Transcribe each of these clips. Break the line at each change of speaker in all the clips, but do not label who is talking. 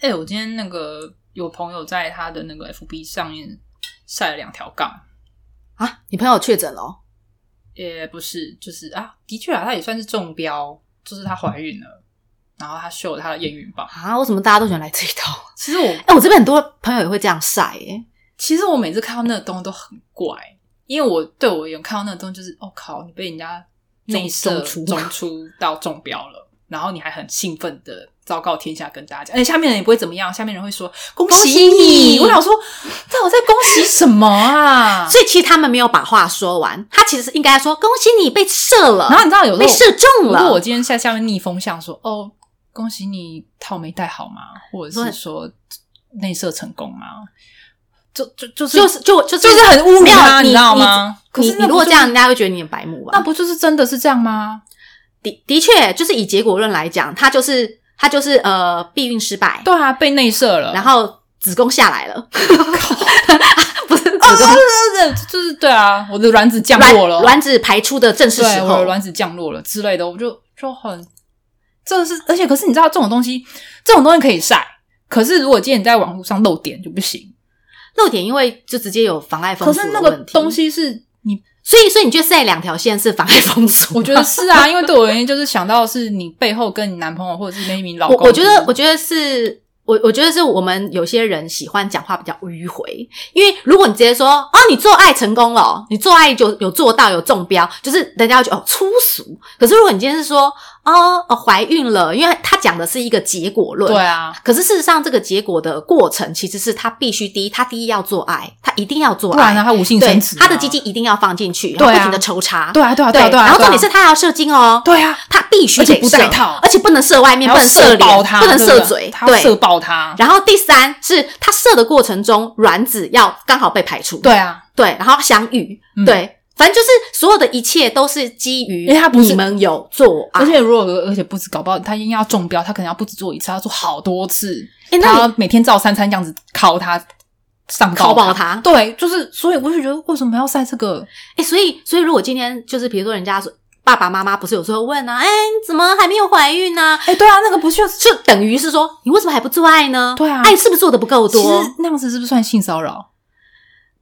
哎、我今天那个有朋友在他的那个 FB 上面晒了两条杠，
啊，你朋友确诊了哦、
也不是，就是啊，的确啊，她也算是中标，就是她怀孕了，然后她秀了她的验孕棒。
啊？为什么大家都喜欢来这一套？
其实我，
哎、我这边很多朋友也会这样晒耶、
其实我每次看到那个东西都很怪，因为我对我而言看到那个东西就是，哦靠，你被人家内射
中中出
中出到中标了。然后你还很兴奋的昭告天下，跟大家讲，哎、下面人也不会怎么样，下面人会说恭喜
喜你
我想说，这我在恭喜什么啊？
所以其实他们没有把话说完，他其实应该说恭喜你被射了，
然后你知道有时候
被射中
如
了。
果我今天在下面逆风向说，哦，恭喜你套没戴好吗？或者是说内射成功吗？就就就是
就是就就
就是很污
没
蔑
有
他，
你
知道？吗？可
你
是
你
那
你
不
如果
就
这样，人，家会觉得你很白目吧啊
那？不就是真的是这样吗？
的的确，就是以结果论来讲，他就是他就是呃避孕失败，
对啊，被内射了，
然
后
后子宫下来了，不是子宫
啊对对对，就是对啊，我的卵子降落了，
卵卵子排出的正是时
对，我
候
的。卵子降落了之类的，我就就很，这是而且可是你知道这种东西，这种东西可以晒，可是如果今天你在网络上露点就不行。
漏点因为就直接有妨碍风
可
俗
是
的
那个
问题
东，西是你
所以所以你觉得晒两条线是妨碍风俗？
我觉得是啊，因为对我而言，就是想到是你背后跟你男朋友或者是那一名老
我
公。
我觉得，我觉得是。我我觉得是我们有些人喜欢讲话比较迂回，因为如果你直接说哦，你做爱成功了哦，你做爱就有做到有中标，就是人家会觉得哦粗俗。可是如果你今天是说哦哦怀孕了，因为他讲的是一个结果论，
对。啊，
可是事实上，这个结果的过程其实是他必须第一，他第一要做爱，他一定要做
不
爱，
然呢，他无性
对
生殖，
他的鸡，鸡一定要放进去，然
对
后
啊
不停的抽插，
对啊，对啊，对啊，对啊。
然后重点
对
是
啊，
他还要射精哦，
对啊，
他必须
而且
得
不
射
戴套
而且不能射外面，
还
不
要
能射
射爆
脸，
他，
不能
对对啊
射嘴，
他要射
对。
爆他。
然后第三是他射的过程中，卵子要刚好被排出，
对啊，
对然后相遇，
嗯
对，反正就是所有的一切都是基于
因为他不是
你们有做啊爱
而。且如果而且不止搞不好，他应该要中标，他可能要不止做一次，他要做好多次，
哎，
他
那
要
你
每天照三餐这样子敲他，上
考爆
爆。
他，
对，就是所以我就觉得为什么要晒这个？
哎，所以所以如果今天就是比如说人家说爸爸妈妈不是有时候问啊，哎，你怎么还没有怀孕呢、
哎，对啊，那个不就是
就等于是说你为什么还不做爱呢？
对啊
爱是不是做的不够
其实
多？
那样子是不是算性骚扰？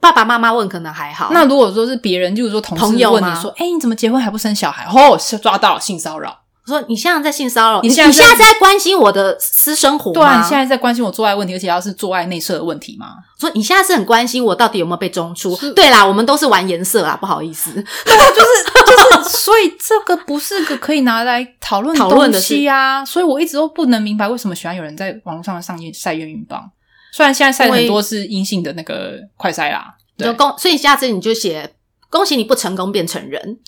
爸爸妈妈问可能还好，
那如果说是别人，就是说同
朋
事
友
问
吗
你说：“哎、你怎么结婚还不生小孩？”哦，是抓到了性骚扰。
我说你现在在性骚扰，
你
你
现在
你
在
现在在关心我的私生活吗？
对啊，你现在在关心我做爱问题，而且要是做爱内射的问题 吗？
说你现在是很关心我到底有没有被中出
是？
对啦，我们都是玩颜色啦，不好意思。
就是，所以这个不是个可以拿来讨论
讨论的
东西啊。所以我一直都不能明白为什么喜欢有人在网络上上验晒验孕棒。虽然现在晒的很多是阴性的那个快筛啦，对
就，恭，所以下次你就写恭喜你不成功变成人，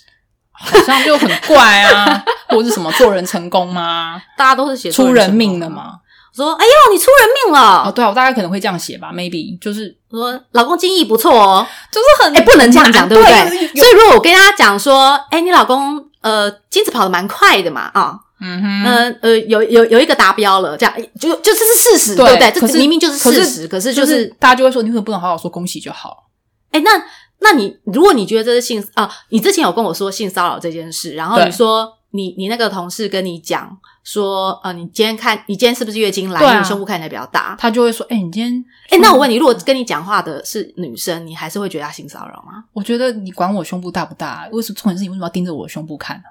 好像就很怪 啊，或者是什么做人成功吗？
大家都是写
出人命了
的？
吗？
说哎呦你出人命
哦，
了，
对啊，我大概可能会这样写吧，maybe 就是
说老公精液不错哦，
就是很
哎不能这样
啊
讲对不
就是
对？所以如果我跟大家讲说，哎你老公呃精子跑得蛮快的嘛啊，
嗯哼，
呃呃有有有一个达标了，这样就就这是事实对不对？
可是
这明明就是
可
事实，可是就
就是大家就会说，你为什么不能好好说恭喜就好？
哎，那那你如果你觉得这是性啊、你之前有跟我说性骚扰这件事，然后
对
你说你你那个同事跟你讲说，呃，你今天看你今天是不是月经来？
对啊
因为你胸部看起来比较大。
他就会说，哎、你今天，
哎，那我问你，如果跟你讲话的是女生，你还是会觉得她性骚扰吗？
我觉得你管我胸部大不大？为什么重点是你为什么要盯着我的胸部看呢、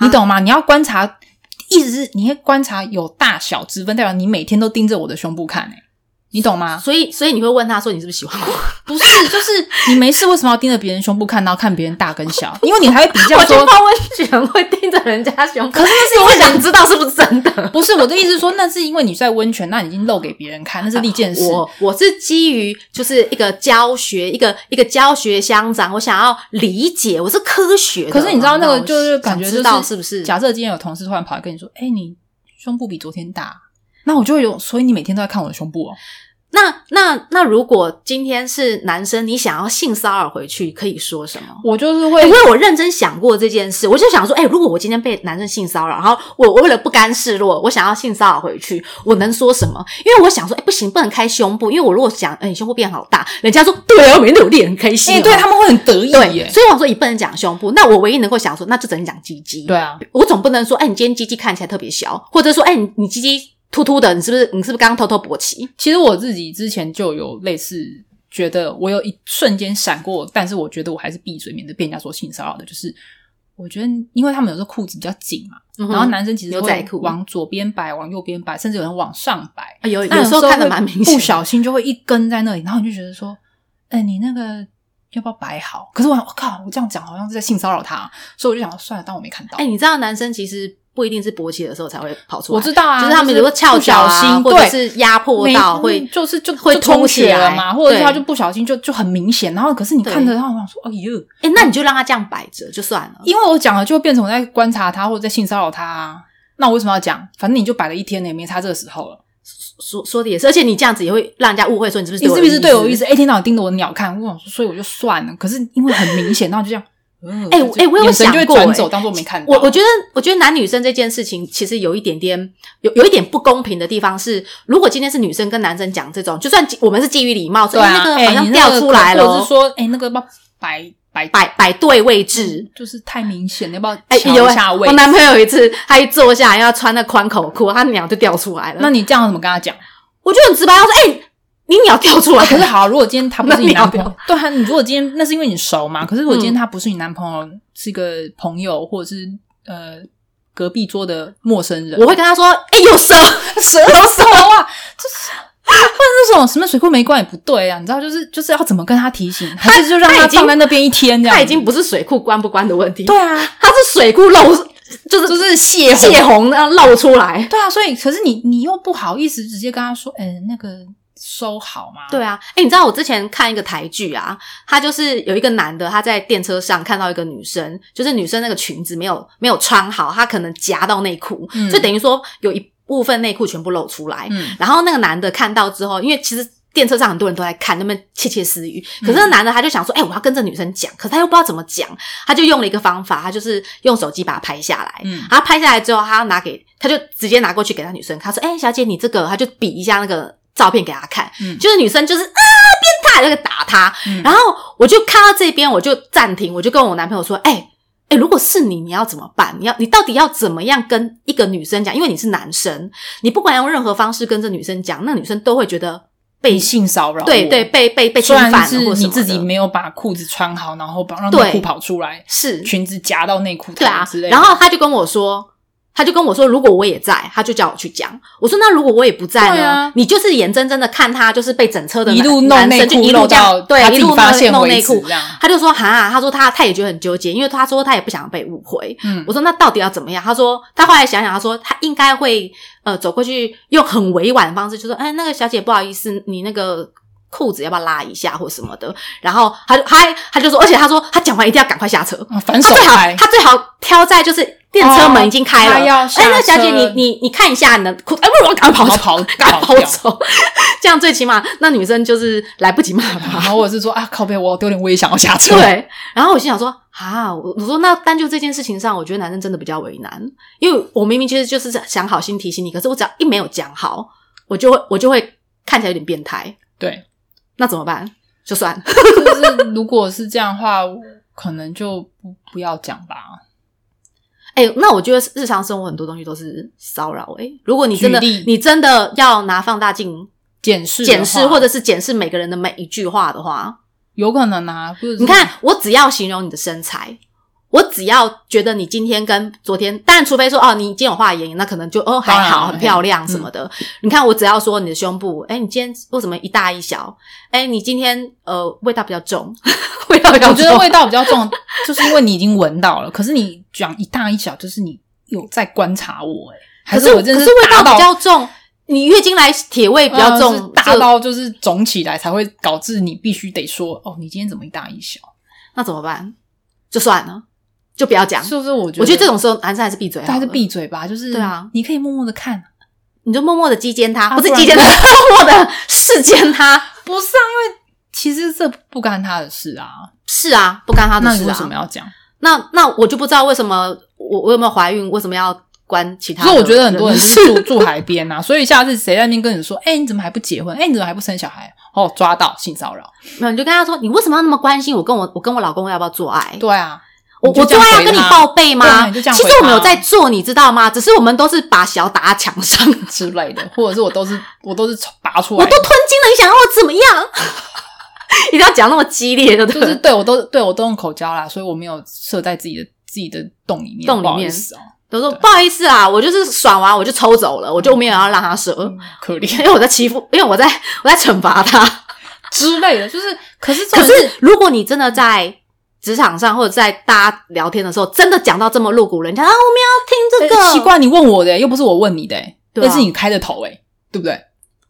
嗯
你懂吗？你要观察，意思是你会观察有大小之分，代表你每天都盯着我的胸部看、欸，你懂吗？
所以所以你会问她说你是不是喜欢我？
不是，就是你没事为什么要盯着别人胸部看，然后看别人大跟 小？因为你还会比较
我去
说，
泡温泉会盯着人家胸部，
可是
是我想知道是不是真的。
不是我的意思是说，那是因为你在温泉，那你已经露给别人看，那 是一件事。
啊我我是基于就是一个教学，一个一个教学相长，我想要理解，我是科学的。
可是你知道那
然
个
后
就是感觉
想
就
知道是不是？
假设今天有同事突然跑来跟你说：“哎、你胸部比昨天大。”那我就会有，所以你每天都在看我的胸部哦。
那那那如果今天是男生，你想要性骚扰回去，可以说什么？
我就是
因
会，
为我认真想过这件事，我就想说，哎、如果我今天被男生性骚扰，然后我我为了不甘示弱，我想要性骚扰回去，我能说什么？因为我想说，哎、不行，不能开胸部，因为我如果想，哎、你胸部变好大，人家说对啊，我每天都有练，很开心、
哎、对他。们会很得意
对，
耶。
所以我说也不能讲胸部，那我唯一能够想说，那就只能讲鸡鸡。
对啊，
我总不能说，哎、你今天鸡鸡看起来特别小，或者说，哎、你你鸡鸡突突的，你是不是你是不是刚刚偷偷勃起？
其实我自己之前就有类似觉得，我有一瞬间闪过，但是我觉得我还是闭嘴，免得被人家说性骚扰的。就是我觉得，因为他们有时候裤子比较紧嘛，
嗯哼
然后男生其实
牛仔
会
裤
往左边摆，往右边摆，甚至有人往上摆，
啊有
那
有时候
会
看的蛮明显的，
不小心就会一根在那里，然后你就觉得说，哎、你那个。要不要摆好？可是我想，我、靠，我这样讲好像是在性骚扰他、啊所以我就想说算了，当我没看到。
哎、你知道男生其实不一定是勃起的时候才会跑出来，
我知道啊，
就是他们如果翘
不
脚
小
啊
心，
或者
对
是压迫到
没
会
嗯就是就
会
就
凸
充
起
血了
来
嘛，或者是
对
他就不小心就就很明显，然后可是你
对
看着他，我想说，哎呦，
哎、那你就让他这样摆着就算了。
因为我讲了就会变成我在观察他或者在性骚扰他、啊，那我为什么要讲？反正你就摆了一天了，也没差这个时候了，
说说的也是，而且你这样子也会让人家误会说你是不是
你是不是对我有意
意
思？？哎，一天到晚盯着我鸟看，我想说，所以我就算了。可是因为很明显，然后就这样， 嗯
哎
就
哎我有
眼神
想
就会
过
转
哎
走，当做没看到。
我我觉得，我觉得男女生这件事情其实有一点点有有一点不公平的地方是，如果今天是女生跟男生讲这种，就算我们是基于礼貌，所
对
以
啊，
那个
哎
好
你那
像掉
个
出来了
或者是
哦，
说，哎，那个要不要摆摆
摆摆对位置。
就是太明显，要不要
哎、
嗯瞧
有
一下位
我？男朋友有一次，他一坐下来要穿那宽口裤，他鸟就掉出来了。
那你这样怎么跟他讲？
我就很直白，我说：“哎、你鸟掉出来
啊
了。
可 是好，如果今天他不是 嗯你男朋
那你要
友，对啊，你如果今天那是因为你熟嘛。可是如果今天他不是你男朋友，是个朋友或者是呃隔壁桌的陌生人，
我会跟他说：“哎、有蛇，
蛇都熟啊，就是。或者是什么什么水库没关也不对啊，你知道，就是就是要怎么跟他提醒，还是就让
他
他
已经
放在那边一天这样子？
他已经不是水库关不关的问题，
对啊，
他是水库漏，就是
就是泄
泄洪那样漏出来。
对啊，所以可是你你又不好意思直接跟他说，嗯、那个收好嘛，
对啊，哎、你知道我之前看一个台剧啊，他就是有一个男的，他在电车上看到一个女生，就是女生那个裙子没有没有穿好，她可能夹到内裤，
嗯
所以等于说有一部分内裤全部露出来。
嗯
然后那个男的看到之后，因为其实电车上很多人都在看，那边窃窃私语。可是那男的他就想说，哎、我要跟这女生讲，可是他又不知道怎么讲，他就用了一个方法，他就是用手机把它拍下来。
嗯
然后拍下来之后，他拿给，他就直接拿过去给他女生看，他说：“哎、小姐，你这个。”他就比一下那个照片给他看，
嗯
就是女生就是啊变态，那个打他。
嗯
然后我就看到这边，我就暂停，我就跟我男朋友说：“哎、哎、如果是你，你要怎么办？你要你到底要怎么样跟一个女生讲？因为你是男生，你不管用任何方式跟这女生讲，那女生都会觉得被
被性骚扰我，
对对被被被侵
虽
犯了
然
或什
是
么的
你自己没有把裤子穿好，然后把让
对
内裤跑出来，
是
裙子夹到内裤
对啊
头之类，的。
然后他就跟我说，他就跟我说，如果我也在，他就叫我去讲。我说那如果我也不在呢？
对啊
你就是眼睁睁的看他就是被整车的
一路弄
男
内
男生就
裤
一
弄
路这样
到他
对，
自
一
己
路
发
弄
现
弄
为
内
止
裤
这样。
他就说哈，他说他他也觉得很纠结，因为他说他也不想被误会。
嗯
我，说那到底要怎么样？他说他后来想想，他说他应该会呃走过去，用很委婉的方式就说，哎，那个小姐不好意思，你那个。裤子要不要拉一下或什么的？然后他就他他就说，而且他说他讲完一定要赶快下车，
啊反手
他最好
拍，
他最好挑在就是电车门已经开了，
哦他要下
哎，那小姐
车
你你你看一下你的裤，哎，不，我赶快
然后
跑
跑
走，赶快跑
跑掉
走， 这样最起码那女生就是来不及骂他
然。 后我是说啊，靠背，我丢脸，我也想要下车。，
对，然后我心想说啊，我我说那单就这件事情上，我觉得男生真的比较为难，因为我明明其实就是想好心提醒你，可是我只要一没有讲好，我就会我就会看起来有点变态，
对，
那怎么办？就算，
就是如果是这样的话，可能就不不要讲吧。
哎、那我觉得日常生活很多东西都是骚扰。哎，如果你真的
举例
你真的要拿放大镜
检视的话
检视，或者是检视每个人的每一句话的话，
有可能啊，或者是
你看，我只要形容你的身材，我只要觉得你今天跟昨天，当然除非说哦，你今天有画眼影，那可能就哦还
当
好，
然嗯
很漂亮什么的。你看，我只要说你的胸部，哎，你今天为什么一大一小？哎，你今天呃味道比较重，味道比较
我
重，
觉得味道比较重， 就是因为你已经闻到了。可是你讲一大一小，就是你有在观察我、欸，还
可是
我真
可
是
是味
达
道
到
比较重。你月经来铁味比较重，
呃是大
这
到就是肿起来才会导致你必须得说哦，你今天怎么一大一小？
那怎么办？就算了，就不要讲。
是不是？我觉得
我觉得这种时候男生还是闭嘴好了，
还是闭嘴吧，就是
啊对啊
你可以默默的看，
你就默默的击奸他，
啊
不是
不然
击奸他， 默默的视奸他。
不是啊，因为其实这不干他的事啊，
是啊，不干他的
那你
事
为什么
啊。
要讲？
那那我就不知道为什么我我有没有怀孕，为什么要关其他
所
的？
以我觉得很多人是住住海边啊， 所以下次谁在那边跟你说，哎、你怎么还不结婚？哎、你怎么还不生小孩？哦，抓到性骚扰，
没有，你就跟他说，你为什么要那么关心我跟我我跟我老公要不要做爱？
对啊，
哎我
你就
我
这
做
样
爱要
回
跟你
他
报备
对啊
吗？
你就这样
其实
回
我们有
他
在做，你知道吗？只是我们都是把小打在墙上，我
之类的，或者是我都是我都是拔出来的，
都吞金了，你想让我怎么样？ 一定要讲那么激烈，对不
就是
对？
对我都对我都用口交啦，所以我没有射在自己的自己的洞里面，
洞里面
不好意思哦，
都说不好意思啊，我就是爽完我就抽走了，我就没有要让他射，
嗯可
因
怜
为我在欺负，因为我在我在惩 罚他。
之类的，就是可是重
可
点
是如果你真的在职场上或者在大家聊天的时候，真的讲到这么露骨，人家啊，我们要听这个
哎奇，怪，你问我的、又不是我问你的、欸
对啊
那是你开的头哎、对不对？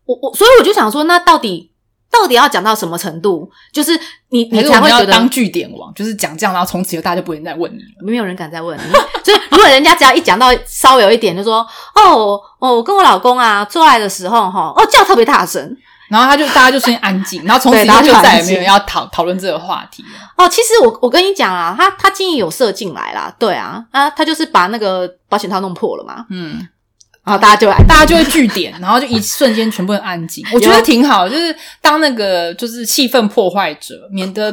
我我所以我就想说，那到底到底要讲到什么程度，就是你你
还是
才
我
会
们
觉
要
得
当据点王，就是讲这样，然后从此以后大家就不会再问你了。
没有人敢再问 你。所以如果人家只要一讲到稍微有一点，就说哦哦，我跟我老公啊做爱的时候哈，哦叫特别大声
然后他就大家就先安静，然后从此
对
以后就
大家就
再也
安
没
静
有人要讨讨论这个话题了。
哦。其实我我跟你讲啊，他他建议有射进来啦，对啊啊，他就是把那个保险套弄破了嘛，
嗯，
然后大家就来
大家就会据点，然后就一瞬间全部人安
啊
静。我觉得挺好，就是当那个就是气氛破坏者，免得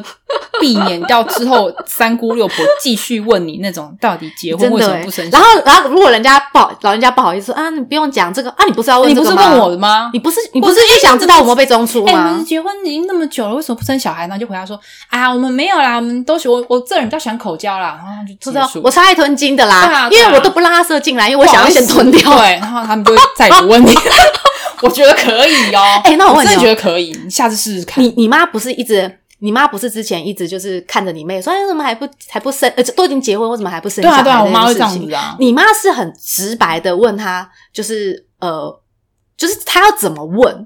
避免掉之后三姑六婆继续问你那种到底结婚
真
为什
的
么
欸
不生小
然后，然后如果人家不好，老人家不好意思说啊，你不用讲这个啊，你不是
孩？
要问
哎你
这
不
个
是
吗
问我的吗？
你不是你
或
不是
者是
也想知道我们被中 啊出
哎、你
吗
们？结婚已经那么久了，为什么不生小孩呢？就回答说啊，我们没有啦，我们都喜我我这人比较喜欢口交啦，然后就
知
知
道
道
我超爱吞金的啦，
对啊对
因
啊
为我都不让他射进来，因为我想要先吞掉。
对，然后他们就会再也不 问你。我觉得可以哦，
哎那我问你哦
真的觉得可以，你下次试试看。
你你妈不是一直，你妈不是之前一直就是看着你妹说，哎，怎么还不还不生？呃，都已经结婚，为什么还不生
对
小孩？
啊，对啊，我
那件
妈会这
事
样
情
子啊。
你妈是很直白的问他，就是呃，就是她要怎么问？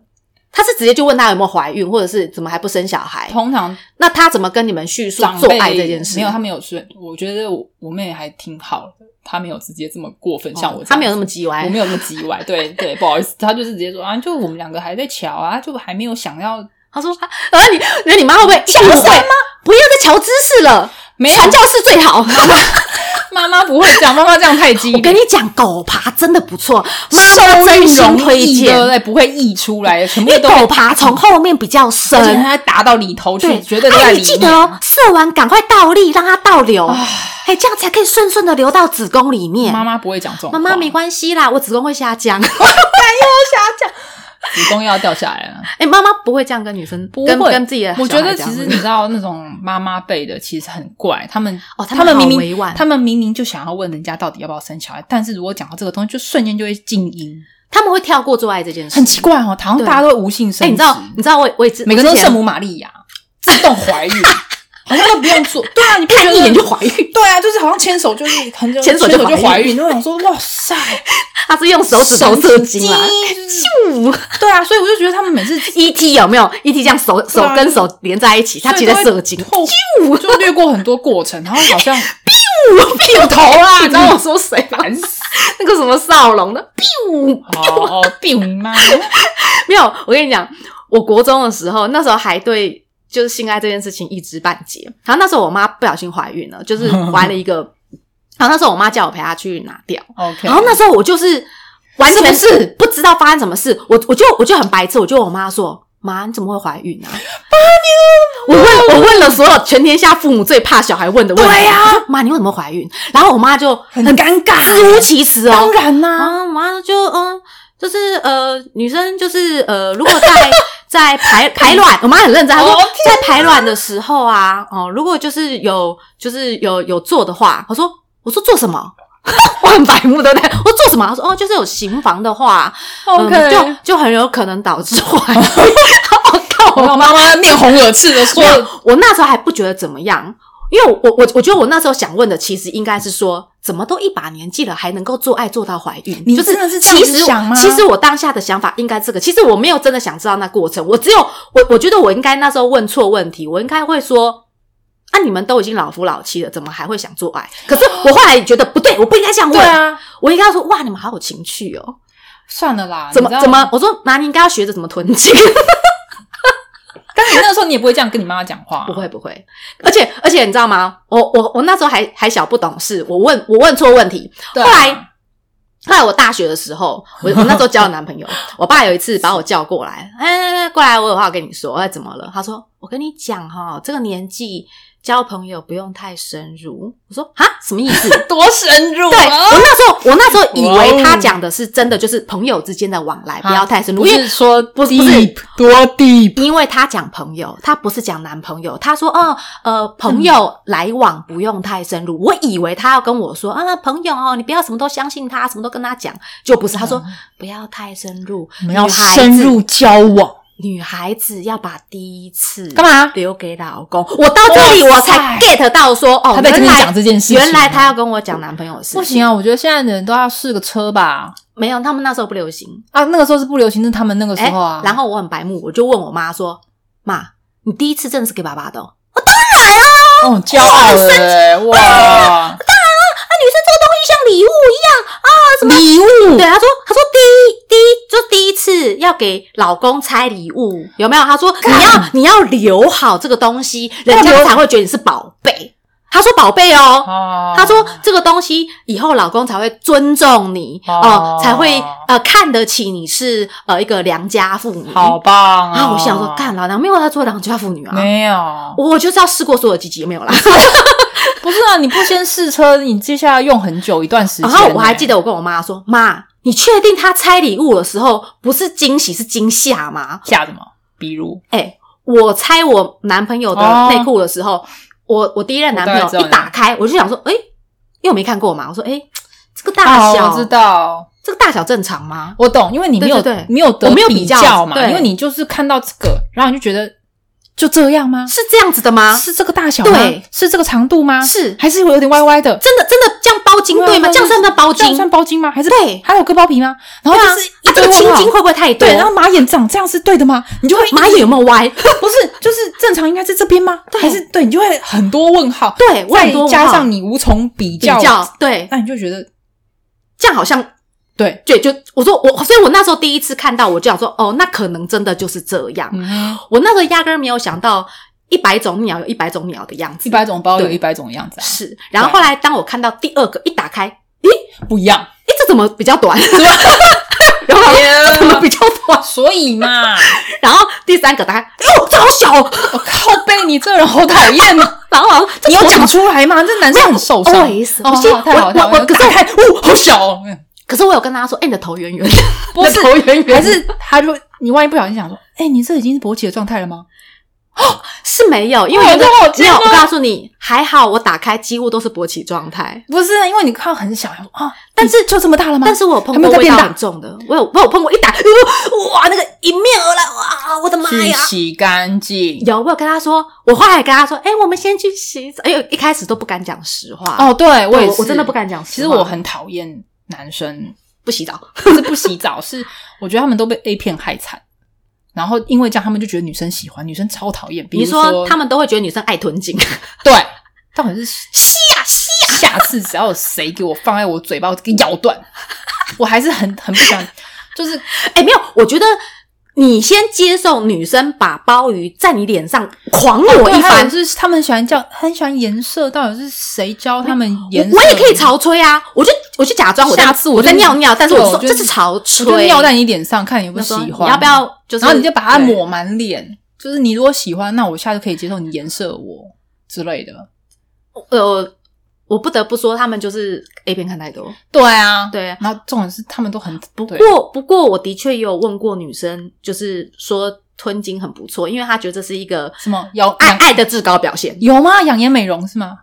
她是直接就问她有没有怀孕，或者是怎么还不生小孩？
通常
那她怎么跟你们叙述
长
做
辈
爱这件事？
没有，她没有是，我觉得我我妹还挺好的，她没有直接这么过分，像我这样
哦她没有那么叽
我
歪
没。有那么叽歪。对对，不好意思，她就是直接说啊，就我们两个还在瞧啊，就还没有想要
她说，啊然后你，那你妈会不 会误会吗？不要再瞧姿势了，
没有
传教士 最好。
妈妈不会这样，妈妈这样太激
我
烈
跟。你讲，狗爬真的不错，妈
收
妈真心
容
推
易
荐
对不。对？不会溢出来的，全
因
部
为
都
狗爬从后面比较深
而，且它打到里头去，
对，
绝对都
哎
在里
你
面。
记得哦，射完赶快倒立，让它倒流，哎，这样才可以顺顺的流到子宫里面。
啊妈妈不会讲这种话，
妈妈没关系啦，我子宫会 下降。
子宫又要掉下来了。
哎，妈妈不会这样跟女生，
不
跟
会
跟自己的小孩
我
这
觉
样
得
问。
其实你知道那种妈妈辈的其实很怪，他们
哦他
他
们好
明明
委婉
他们明明就想要问人家到底要不要生小孩，但是如果讲到这个东西，就瞬间就会静音，
他们会跳过做爱这件事，
很奇。怪哦，好像
对
大家都会无性生
哎，
殖，
你知道，你知道我我也知，
每个人都
我
是
之
圣
前
母玛利亚自动怀 孕，好像都不用做，对啊，你不觉
看
得
一眼就怀孕，
对啊，就是好像牵手就是很久
牵手就
就
怀
怀
孕
孕，就想说哇塞，
他是用手指头射精啊。
神经对啊，所以我就觉得他们每次
E.T. ？E 有没有？E.T. 这样手手
对啊
跟手连在一起，他其实在射精，
后就略过很多过程，然后好 像有头 啊，
你
你
知
知
道
道
我
我
说谁吗？
烦死。
那个什么少龙的，biu，
哦哦，病吗？
没有。我跟你讲，我国中的时候，那时候还对就是性爱这件事情一知半解。然后那时候我妈不小心怀孕了， 就是怀了一个。然后那时候我妈叫我陪她去拿掉，
OK，
然后那时候我就是完全
是不是
不知道发生什么事，我我就我就很白痴，我就问我妈说：“妈，你怎么会怀孕啊？”我问我问了所有全天下父母最怕小孩问的问题，
对呀
我说妈，你为什么会怀孕？然后我妈就很
很尴尬
支吾其词哦，
当然啦，
啊，我妈就嗯，就是呃，女生就是呃，如果在在排排卵，我妈很认真，她说、
哦
在排卵的时候啊，哦、如果就是有就是有有做的话，我说我说做什么？ 我很白目，对不对？我说做什么？她说哦，就是有行房的话嗯
OK
就就很有可能导致怀孕。 我靠，
我妈妈面红耳赤的说
没，有，我那时候还不觉得怎么样，因为我我我我觉得我那时候想问的其实应该是说，怎么都一把年纪了还能够做爱做到怀孕？
你
就是
真的是这样
其
子
实
想吗
其实我当下的想法应该这个，其实我没有真的想知道那过程，我只有我我觉得我应该那时候问错问题，我应该会说。啊！你们都已经老夫老妻了，怎么还会想做 爱？可是我后来也觉得不对，我不应该这样问。
对啊，
我应该说哇，你们好有情趣哦！
算了啦，
怎么
你知道
怎么？？我说那你应该要学着怎么囤积。
但你那个时候你也不会这样跟你妈妈讲话，啊
不会不会，而且而且你知道吗？我我我那时候还还小不懂事，我问我问错问题。
对啊。
后来后来我大学的时候，我我那时候交了男 朋友，我爸有一次把我叫哎过哎来，哎，过来，我有话跟你说，哎，怎么了？他说，我跟你讲哈、这个年纪交朋友不用太深入。我说啊，什么意 思？
多深入
对
啊！
我那时候，我那时候以为
哇
他
哦
讲的是真的，就是朋友之间的往来，
啊
不要太深入，
不
因为
是说
不是不是
deep 多 deep，
因为他讲朋友，他不是讲男朋友。他说：“哦，呃，朋
嗯
友来往不用太深入。我以为他要跟我说：“啊，朋友哦，你不要什么都相信他，什么都跟他讲。”就不是，他说：“不要太深入，
我嗯们要
女孩子
深入交往，
女孩子要把第一次
干嘛？
留给老公。”我到这里
哇
我
塞
才 get 到说：“哦，
他在跟你
原来
讲这件事情
原来他要跟我讲男朋友的事情。
不行啊！我觉得现在的人都要试个车吧。
没有，他们那时候不流行。
啊，那个时候是不流行，是他们那个时
哎，
候啊。
然后我很白目，我就问我妈说：“妈，你第一次真的是给爸爸的、哦？”
哦，骄傲了欸，哇！
女生这个东西像礼物一样啊，什么
礼物
对，他说，他说第一第一就第一次要给老公拆礼物，有没有？他说你要你要留好这个东西，人家才会觉得你是宝贝。他说宝贝哦，
哦
他说这个东西以后老公才会尊重你哦、
哦
才会呃看得起你是呃一个良家妇女。
好棒哦
然后我心想说，干老娘没有在做良家妇女啊，
没有，
我我就是要试过所有积极没有啦。
不是啊，你不先试车，你接下来用很久一段时间
然
欸。
后我还记得我跟我妈说：“妈，你确定他拆礼物的时候不是惊喜是惊吓吗
下什么，比如？”
哎、我拆我男朋友的内裤的时候，我我第一任男朋
哦我大概知
友
道
一打开，我就想说：“哎、因为我没看过嘛。”我说：“哎、这个大小、
哦，我知道，
这个大小正常吗
我懂，因为你没有
对对对
没有得
我没有
比
比较
嘛，
对
因为你就是看到这个，然后你就觉得就这样吗？”？
是这样子的吗？
是这个大小吗
啊对？
是这个长度吗？
是
还是会有点歪歪的？
真的真的这样包金对吗？这样算不算包
啊这样
金？
算包金吗？还是
对
还有割包皮吗？然后
对啊
就是一
啊，这
堆
个
问
青
号
筋会不会太多？
对，然后马眼长这样是对的吗？你就会
马眼有没有歪？
不是就是正常应该是这边吗？
对
还是对你就会很多问号，
对，我很
再
多问
加
号
上你无从比
比
较，
较，对，
那你就觉得
这样好像
对，
对，就我说我，所以我那时候第一次看到，我就想说，哦，那可能真的就是这样。
嗯，
我那时候压根儿没有想到，一百种鸟有一百种鸟的样
一
子，
百种包有
对
一百种样子啊，
是。然后后来当我看到第二个一打开，咦，
不一 样。
诶，这怎么比较短？ 是吧？然后我想说这怎么比较 短？
所以嘛，
然后第三个打开，哟，这好小、哦。
我靠背，你这人好讨厌啊！
然后我想说 这
你有
多
讲
小
出来吗？这男生很受伤。
哦
哦
我意思，
好
不是
好太好
我
太好，
我我可是
打开，哦，好小哦，嗯
可是我有跟他说，哎、你的头圆圆的，
不是
你的头圆圆的，
还是他就你万一不小心想说，哎，你这已经是勃起的状态了吗？
是没有，因为
哦
有的
这好
没
贱
有。
哦
我告诉你，还好我打开几乎都是勃起状态。
不是，因为你看到很小，想说啊，
但是
你就这么大了吗？
但是我有碰
嗯还没有
过
再
味
变
道
大
很重的，我有我有碰过一打，呃哇，那个迎面而来，哇，我的妈
去
呀！
洗干净。
有，我有跟他说，我后来跟他说，哎、我们先去洗澡，哎呦，一开始都不敢讲实话，
哦，对我
对，
也
我
是
我真的不。敢讲
其
实
实
话，
我很讨厌男生，
不洗澡，
不是不洗澡，是我觉得他们都被 A 片害惨，然后因为这样他们就觉得女生喜欢，女生超讨厌。比
你
如
说他们都会觉得女生爱吞金，啊
对，到底是吸呀吸呀，下次只要有谁给我放在我嘴巴，我给咬断，我还是很很不 想，就是
哎、没有，我觉得。你先接受女生把鲍鱼在你脸上狂
我
抹一番，
是他们喜欢叫很喜欢颜色，到底是谁教他们
我
颜色？
我也可以潮吹啊！我就我就假装我在
下次我
我在
就
尿尿，但是
对
我
我
说
就
这是潮
我就
吹，
尿在你脸上，看你有没
我
有
说
喜
你
欢，
要不？要？就是
然后你就把它
对
抹满脸，就是你如果喜欢，那我下次可以接受你颜色我之类的。
呃，我不得不说，他们就是 A 片看太多。
对啊，。
对，
然后重点是他们都很不
不过不过我的确也有问过女生，就是说吞金很不错，因为她觉得这是一个
什么有
爱爱的至高表现。
有吗？养颜美容是吗？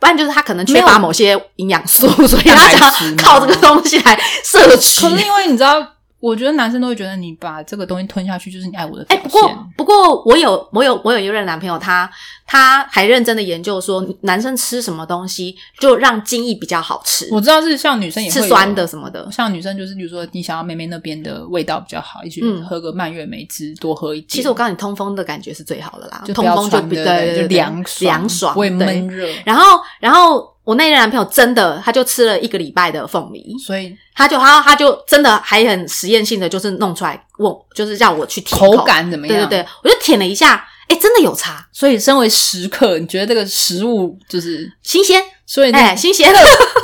不然就是她可能
没
缺
有
乏某些营养素，所以她想
蛋白质
要
吗
靠这个东西来摄取
可。是因为你知道，我觉得男生都会觉得你把这个东西吞下去就是你爱我的
哎、
表现。
不过不过我有我有我有一任男朋友他，他还认真的研究说，男生吃什么东西就让精液比较好吃，
我知道是像女生也会
吃
有
酸的，什么的。
像女生就是，比如说你想要妹妹那边的味道比较好，也许
嗯
喝个蔓越莓汁多喝一点。
其实我告诉你，通风的感觉是最好的啦，
就不
通
要
风就
穿
比
对
对
不对
对
就
对
凉爽，
凉爽，
不会
对
闷热。
然后，然后我那任男朋友真的，他就吃了一个礼拜的凤梨，
所以
他就他他就真的还很实验性的，就是弄出来问，就是叫我去舔
口，感怎么
对
样？
对对，我就舔了一下，哎，真的有差，
所以身为食客，你觉得这个食物就是，
新鲜，
所以那
哎，新鲜。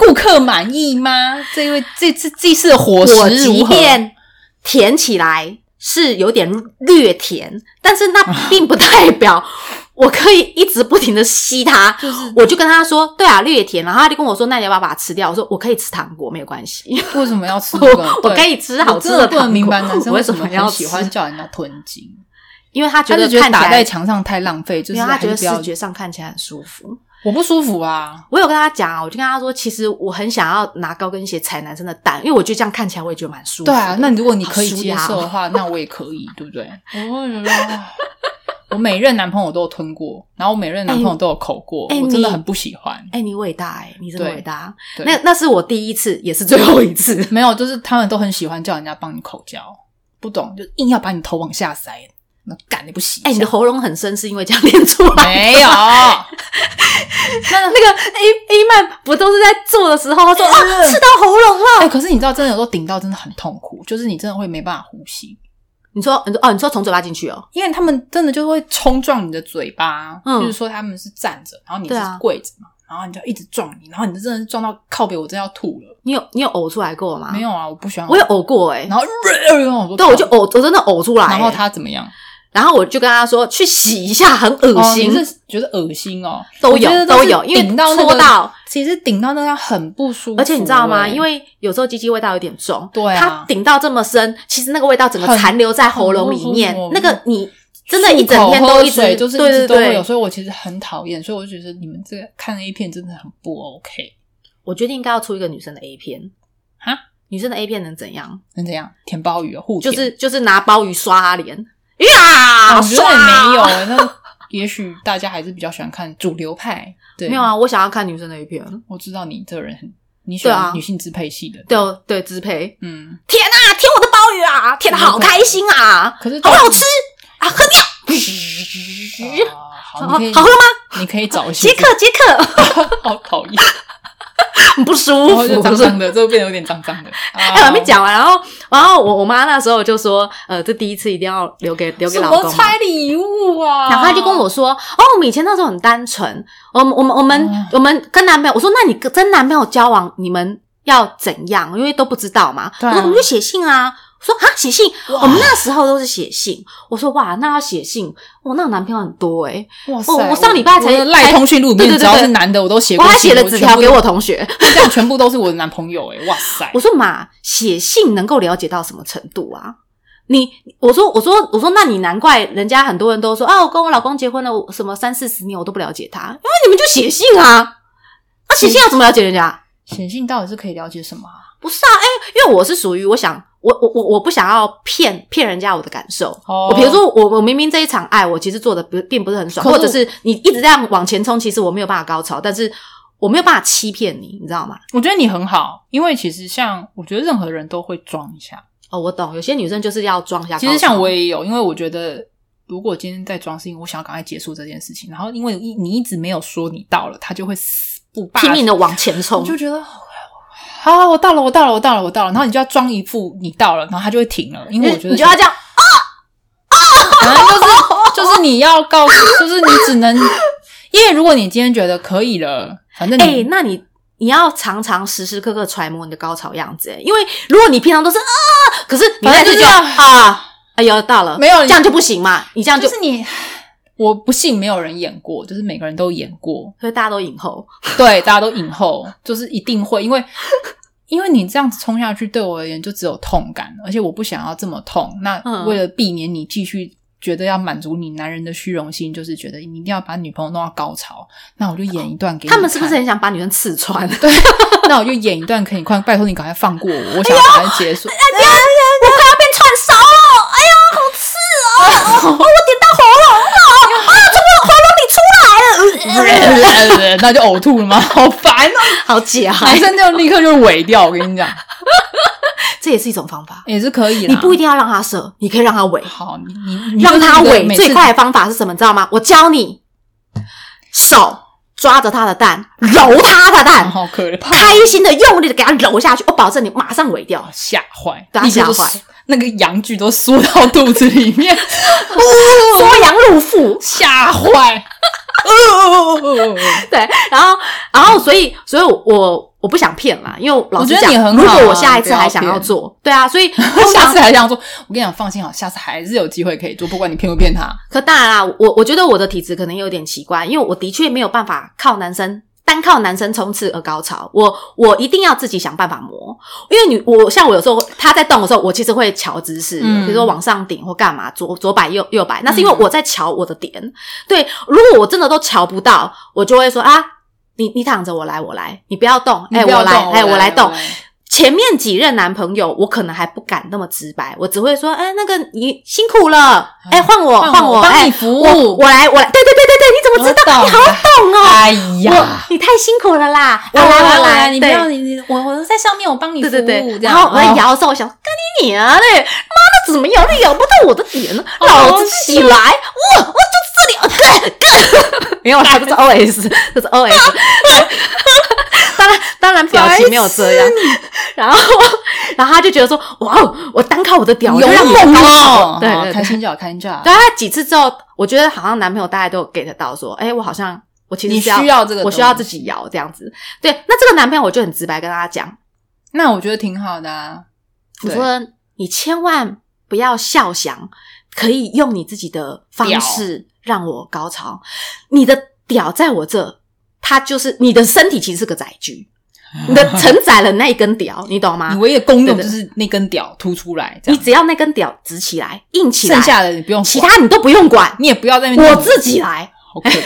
顾客满意吗？这一位这次这次的伙
我
食
即
如何？
便 舔起来是有点略甜，但是那并不代表我可以一直不停的吸它。
就是
我就跟他说，对啊，绿也甜，然后他就跟我说，那你要不要把它吃掉？我说我可以吃糖果，没有关系，
为什么要吃这个？
我我可以吃好吃
我真的
糖
不
果。
能明白男
我
生
为
什
什
么
么要
很喜欢
吃？
叫人家吞金，
因为他觉
他
得
就觉得
看起
打在
来，
墙上太浪费，就是
因为他
还
觉
是
得
不
视
要。
觉上看起来很舒服。
我不舒服啊，
我有跟他讲啊，我就跟他说，其实我很想要拿高跟鞋踩男生的蛋，因为我觉得这样看起来我也觉得蛮舒服的。
对啊，那如果你可以
好舒
接
压哦
受的话，那 我也可以，对不对？我会觉得，唉 我每任男朋友都有吞过，然后我每任男朋友都有口过，
哎
我真的
你
很不喜欢。
哎、你伟大哎、你真的
对
伟大。
对
那那是我第一次，也是最后一次。
没有，就是他们都很喜欢叫人家帮你口交，不懂就硬要把你头往下塞，那干你不洗一下？
哎、你的喉咙很深，是因为这样练出来的？
没有，
那个 A A 曼不都是在 做的时候，他说啊，刺到喉咙了。
哎、可是你知道，真的有时候顶到真的很痛苦，就是你真的会没办法呼吸，
你说，你说哦，你说从嘴巴进去哦，
因为他们真的就会冲撞你的嘴巴，
嗯
就是说他们是站着，然后你是
对啊
跪着嘛，然后你就一直撞你，然后你就真的是撞到靠北，我真的要吐了。
你有你有呕出来过吗？
没，有啊，我不喜欢，
我有，呕过哎、
然后 然后我
对，我就呕，我真的呕出来、
然后
欸
他怎么样？
然后我就跟他说去洗一下，很恶心。
哦你是觉得恶心哦，
都
我觉
有
得
都
是
有，因为
顶到那
戳
个
到，
其实顶到那样很不舒服，
而且你知道吗？
哎
因为有时候鸡鸡味道有点重，
对啊
它顶到这么深，其实那个味道整个
很
残留在喉咙里面
很不舒服，
那个你真的，
漱
一整天
口
都
喝
一直
水就是一
对
直
对
都会有，
对，
所以我其实很讨厌，所以我就觉得你们这个看 A 片真的很不 OK，
我决定应该要出一个女生的 A 片
哈，
女生的 A 片能怎样？
能怎样？舔鲍鱼哦，互
就
舔
是就是拿鲍鱼刷她脸，呀，
我觉得
刷啊
没有，欸那也许大家还是比较喜欢看主流派，对，
没有，啊，我想要看女生的 A 片，
我知道你这个人很你喜欢
对啊
女性支配系的，
对哦对，支配
嗯，
舔啊，舔我的鲍鱼啊，舔的好开心啊，
可是
好好吃啊，喝 掉，
啊
好
好，
好
你可以
喝吗？
你可以找一些
解渴解渴，
好讨厌，
很 不舒
然
服
后哦就，脏脏的，这个变得有点脏脏的。哎
哎、我还没，讲完，然后，然后我我妈那时候就说，呃，这第一次一定要留给留给
什
老
么
公嘛。
拆礼物啊？
然后她就跟我说，哦，我们以前那时候很单纯，我们我们我们、
啊
我们跟男朋友，我说那你跟真男朋友交往，你们要怎样？因为都不知道嘛。
对啊
我说我们就写信啊。我说啊，写信，
哇
我们那时候都是写信。我说哇，那要写信，我那我男朋友很多诶、
哇塞，
我我上礼拜才
我的赖通讯录里
对
面，
对对
只要是男的我都写
我
过信，
还写了纸条给我同学。
全部都，这样全部都是我的男朋友哎，哇塞
我！说嘛，写信能够了解到什么程度啊？你我说我说我说，那你难怪人家很多人都说啊，我跟我老公结婚了，我什么三四十年我都不了解他，因为你们就写信啊，啊写信要怎么了解人家？
显性到底是可以了解什么啊？
不是啊，哎、因为我是属于我想我我我我不想要骗骗人家我的感受。
哦
我比如说我我明明这一场爱我其实做的不并不是很爽，
可是
或者是你一直这样往前冲，其实我没有办法高潮，但是我没有办法欺骗你，你知道吗？
我觉得你很好，因为其实像我觉得任何人都会装一下。
哦，我懂，有些女生就是要装一下高潮。
其实像我也有，因为我觉得如果今天在装，是因为我想要赶快结束这件事情，然后因为你你一直没有说你到了，他就会死不罢
拼命
的
的往前冲
我，就觉得。好，我到了，我到了，我到了，我到了，然后你就要装一副你到了，然后他就会停了，因为我觉得
你就要这样，
反正就是就是你要告诉，就是你只能，因为如果你今天觉得可以了，反正你、
哎、那你你要常常时时刻刻揣摩你的高潮样子、哎因为如果你平常都是啊，可是你那次
反正就是
就啊，哎呦到了，
没有
这样就不行嘛，你这样就，
就是你，我不信没有人演过，就是每个人都演过，
所以大家都影后，
对，大家都影后，就是一定会，因为因为你这样子冲下去，对我而言就只有痛感，而且我不想要这么痛。那
嗯
为了避免你继续觉得要满足你男人的虚荣心，就是觉得你一定要把女朋友弄到高潮，那我就演一段给你
他们是不是
看？
很想把女生 刺穿？哎
对，那我就演一段给你看，拜托你赶快放过我，我想要赶快结束。
哎呀，我快要变串烧了！哎呀，好 刺哦！哦，我点到喉咙了！啊，从我的喉咙里出来了！呃
那就呕吐了吗？好烦 哦！
好假，
男生就立刻就萎掉，我跟你讲，
这也是一种方法。
也是啊可以啦。
你不一定要让他射，你可以让他尾。
好，你你你
让他
就是
尾
每次
最快的方法是什么？你知道吗？我教你，手抓着他的蛋，揉他的蛋，
好可怜，
开心的用力的给他揉下去，我保证你马上尾掉。
吓坏，
对啊
立刻就
吓坏
缩，那个羊具都缩到肚子里面，
缩阳入腹，
吓 坏。哦哦哦哦哦哦
对，然后，然后，所以，所以我我不想骗啦，因为老实
我觉
讲，
得你很好啊
如果我下一次还想
不要
要
骗
做，对啊，所以
我
通
下
常
次还这样做，我跟你讲，放心好，啊下次还是有机会可以做，不管你骗不骗他。
可当然啦，我我觉得我的体质可能有点奇怪，因为我的确没有办法靠男生。单靠男生冲刺而高潮，我我一定要自己想办法磨，因为你我像我有时候他在动的时候，我其实会瞧姿势，
嗯
比如说往上顶或干嘛，左左摆右右摆，那是因为我在瞧我的点。对，如果我真的都瞧不到，我就会说啊，你你躺着，我来我来，你不要动，哎、
你不要
我来，
动
哎、
我
我
来
来动
我来。
前面几任男朋友，我可能还不敢那么直白，我只会说，哎、那个你辛苦了，哎、换我，
嗯换
换
我
我，
帮
哎
你服务
我我来，我来，对对对对对，你怎么知道？
我
你
懂了
好懂哦，
哎呀，
我你太辛苦了啦，我
我
来
来我
来，
来，你不要
对
你你我我在上面，我帮你服务。
对对对，
这
然
样
后我在哎
哦
摇的时候，我想说跟你娘嘞，妈的怎么摇都摇不到我的点，
哦
老子起来，我我就这里， 干干，没有啦，这是 OS，这是 OS，当然当然表情没有这样， 然后然后他就觉得说，哇哦，我单靠我的屌，我就
有
让你们
梦
高潮
哦，
对
好
对
开
对，
心就好，开心就好。
对他几次之后，我觉得好像男朋友大概都有 get 到说，哎，我好像我其
你
实是
需要这个
我
东西
需要自己摇这样子，对，那这个男朋友我就很直白跟他讲。
那我觉得挺好的啊。
我
对
说你千万不要笑想，可以用你自己的方式让我高潮。你的屌在我这，它就是你的身体其实是个载具，你的承载了那一根屌，你懂吗
你？唯一的功用
对对
就是那根屌凸出来，这
你
样
只要那根屌直起来、硬起来，
剩下的你不用管，
其他你都不用管，
你也不要在那边
我
弄
自己来，
好可怜。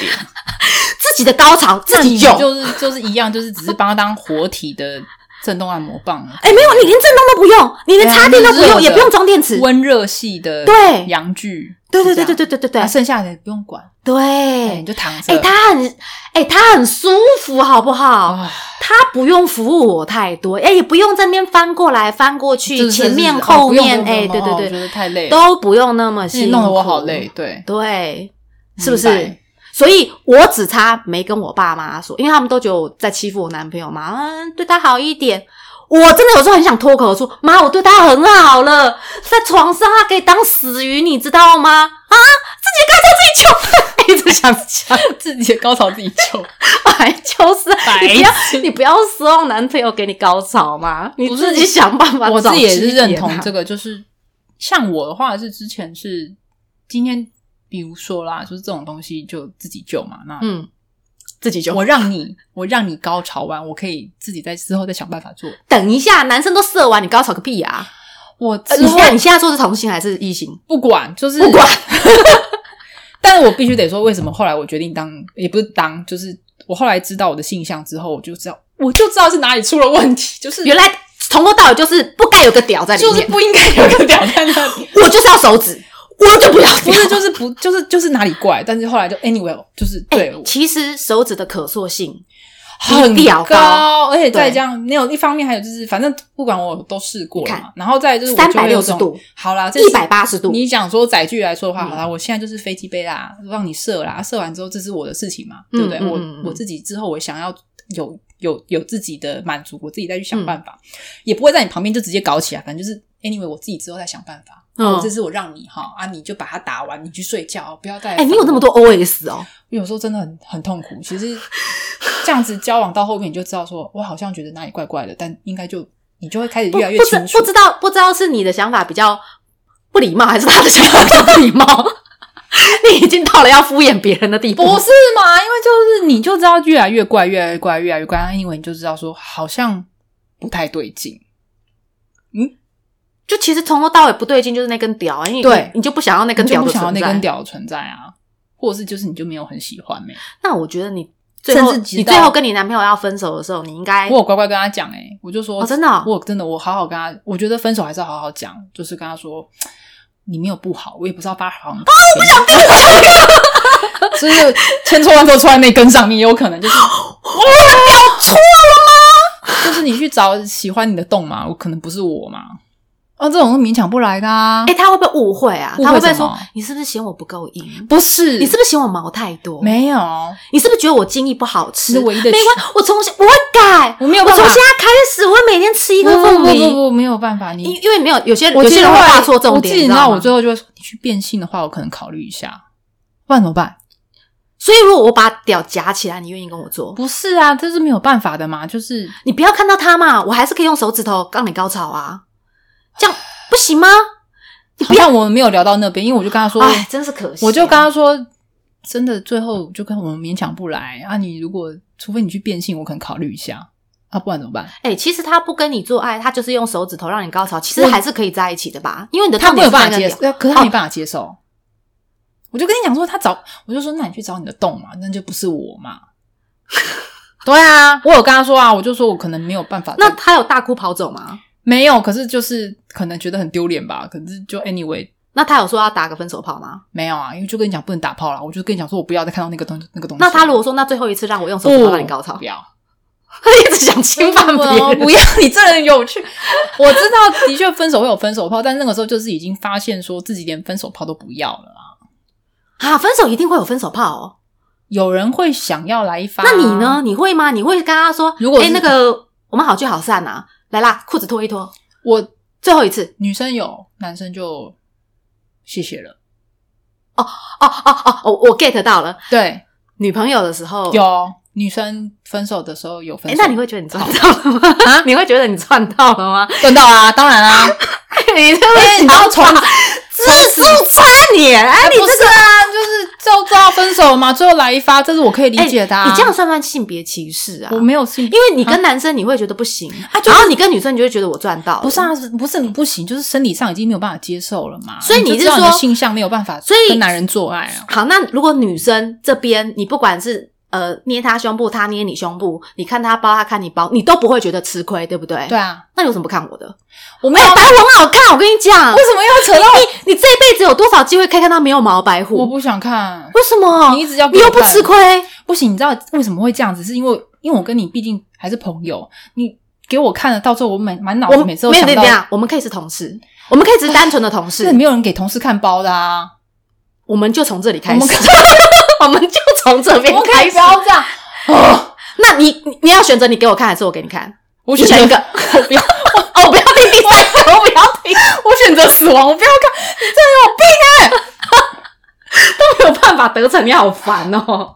自己的高潮 自
那
己
你
用。
就是就是一样，就是只是帮他当活体的震动按摩棒，啊
哎、没有，你连震动都不用，你连
对啊
插电都不
你热
用，
的
也不用装电池。
温热系的
对
阳具，
对对
是这
对
样
对对对对对
啊剩下的也不用管，哎，
对
你。就躺着。
哎、他很，哎、他很舒服，好不好？
啊，
他不用服务我太多，哎、也不用这边翻过来翻过去，
就是
前面
是是
后
哦不用
面，
不用
哎、
不
对
用哦
对
我觉
对，
得太累了，
都不用那么辛
你
苦，
弄得我好累，，对，
对，是不
明
是
白？
所以我只差没跟我爸妈说，因为他们都觉得我在欺负我男朋友嘛，嗯，对他好一点。我真的有时候很想脱口而出，妈，我对他很好了，在床上他可以当死鱼，你知道吗？啊，自己该他自己求，一直想 讲。
自己的高潮自己救，
白就是啊，
白
你 不要
痴
你不要奢望男朋友给你高潮嘛，你
不是
自己想办法、
我自己也是认同这，个，就是像我的话是之前是今天，比如说啦，就是这种东西就自己救嘛，那
嗯，自己就
我让你我让你高潮完，我可以自己在之后再想办法做。
等一下，男生都射完，你高潮个屁啊！
我
呃
之
你
后
看你现在说是同性还是异性？
不管，就是
不管。
但是我必须得说，为什么后来我决定当，也不是当，就是我后来知道我的性向之后，我就知道，我就知道是哪里出了问题，就是
原来从头到尾就是不该有个屌在里
就是
面，
不应该有个屌在那里，
我就是要手指，我就不要
不
屌。
是就是不就是就是哪里怪，但是后来就 anyway 就是
哎
对、我
其实手指的可塑性，
很
比屌高
而且再
对
这样，没有一方面还有就是，反正不管我都试过了
你
嘛，然后再就是我就会有种
360度，
好啦，这是
180度嗯
你讲说载具来说的话，好啦，我现在就是飞机杯啦，让你射啦，射完之后这是我的事情嘛，对不对？
嗯嗯
我
嗯嗯
我自己之后我想要有有有自己的满足，我自己再去
嗯
想办法，也不会在你旁边就直接搞起来，反正就是 anyway 我自己之后再想办法。
嗯
我这次我让你哈啊，你就把它打完，你去睡觉，不要再。
哎、你有那么多 OS 哦，
有时候真的很很痛苦。其实这样子交往到后面，你就知道说，我好像觉得哪里怪怪的，但应该就你就会开始
不
越来越
不知
清楚
不。知道不知道是你的想法比较不礼貌，还是他的想法比较不礼貌？ 你已经到了要敷衍别人的地步。
不是嘛？因为就是你就知道越来越怪，越来越怪，越来越怪，因为你就知道说好像不太对劲。
就其实从头到尾不对劲，就是那根屌啊，因为你
对
你就不想要那根
你就
屌
不
的
想要
存
那
在。
根屌的存在啊，或者是就是你就没有很喜欢欸呗、
那我觉得你最后
甚至直到
你最后跟你男朋友要分手的时候，你应该
我有乖乖跟他讲哎、我就说、
哦真的哦
我真的我好好跟他，我觉得分手还是要好好讲，就是跟他说你没有不好，我也不知道发黄啊，我
哦
不想跟他。就是千错万错错在那根上，你也有可能就是就是你去找喜欢你的洞嘛，我可能不是我嘛，啊，这种是勉强不来的啊，
哎、他会不会误会啊？
误会
他会不会
什么
说你是不是嫌我不够硬？
不是
你是不是嫌我毛太多？，
没有，
你是不是觉得我精力不好吃？
你是唯一的
没关系，我从现我会改，
我没有
我
办法
从现在开始，我会每天吃一
不
颗
不
凤
不
梨。
不，没有办法，
因
你
因为没有 有些
我
有些
记
人
得
会
后来
画错重
我
点，
记得你
知道
道，
吗
我最后就会说，你去变性的话，我可能考虑一下，不然怎么办？
所以如果我把屌夹起来，你愿意跟我做？
不是啊，这是没有办法的嘛，就是
你不要看到他嘛，我还是可以用手指头让你高潮啊，这样不行吗？你
好
不要，
像我们没有聊到那边，因为我就跟他说，
哎，真是可惜啊、
我就跟他说，真的最后就跟我们勉强不来啊。你如果除非你去变性，我可能考虑一下啊，不然怎么办？
哎、其实他不跟你做爱，他就是用手指头让你高潮，其实还是可以在一起的吧？因为你的
他
痛
没
点
有办
是在那
法
个
接受，，
屌
呃可是他没办法接受。我就跟你讲说，他找我就说，那你去找你的洞嘛，那就不是我 嘛。对啊，我有跟他说啊，我就说我可能没有办法。
那他有大哭跑走吗？
没有，可是就是可能觉得很丢脸吧。可是就 anyway
那他有说要打个分手炮吗？
没有啊，因为就跟你讲不能打炮啦，我就跟你讲说我不要再看到那个东那个东西。
那他如果说那最后一次让我用手指头
不
让你高潮
不，要。
他一直想侵犯别
不
人，
不要，你这人有趣。我知道，的确分手会有分手炮，但那个时候就是已经发现说自己连分手炮都不要了啦。
啊！分手一定会有分手炮哦。
有人会想要来一发，
那你呢？？你会吗？你会跟他说，
如果
哎、
是
那个我们好聚好散啊，来啦，裤子脱一脱，
我
最后一次。
女生有，男生就谢谢了。
哦哦哦，我我 get 到了，
对，
女朋友的时候。
有女生分手的时候有分
哎、
手，
那你会觉得你赚到了吗？ 啊，你会觉得你赚到了吗？
赚到啊？当然啊，
哎你这
因
个
为你知道从
自助餐你，哎，你
不是啊，就是就知道分手嘛，最后来一发，这是我可以理解的、啊
哎你这样算不算性别歧视啊？
我没有性，
因为你跟男生你会觉得不行，然后你跟女生你啊就会觉得我赚到了
不是啊，不是你不行，就是生理上已经没有办法接受了嘛。
所以你
你就是知道你的
说
性向没有办法，
所以
跟男人做爱啊？
好，那如果女生这边你不管是呃捏她胸部，她捏你胸部，你看她包，她看你包，你都不会觉得吃亏，对不对？
对。啊，
那你为什么不看我的？
我没
没
有
有，白虎很好看，我跟你讲，
哎为什么要扯到
你你这一辈子有多少机会可以看到没有毛白
我？我
虎？
不想看，
为什么？
你一直要给
你
我
又不
看
吃亏，
不行。你知道为什么会这样子？是因为因为我跟你毕竟还是朋友，你给我看了，到时候我满满脑
我
子
们
每次都
没有
想
怎
到
么，样，我们可以是同事，我们可以只是单纯的同
是
事，
没有人给同事看包的啊。
我们就从这里开
我
始
们，
我们就从 这
我
边
们可
开
以
始
不。要这样。哦，
那你你你要选择你给我看还是我给你看？
我
你
选
选
择
一个，
我不要，
哦，不要听第三个，我不要听。
我选择死亡，我不要看。
没有办法得逞，你好烦哦。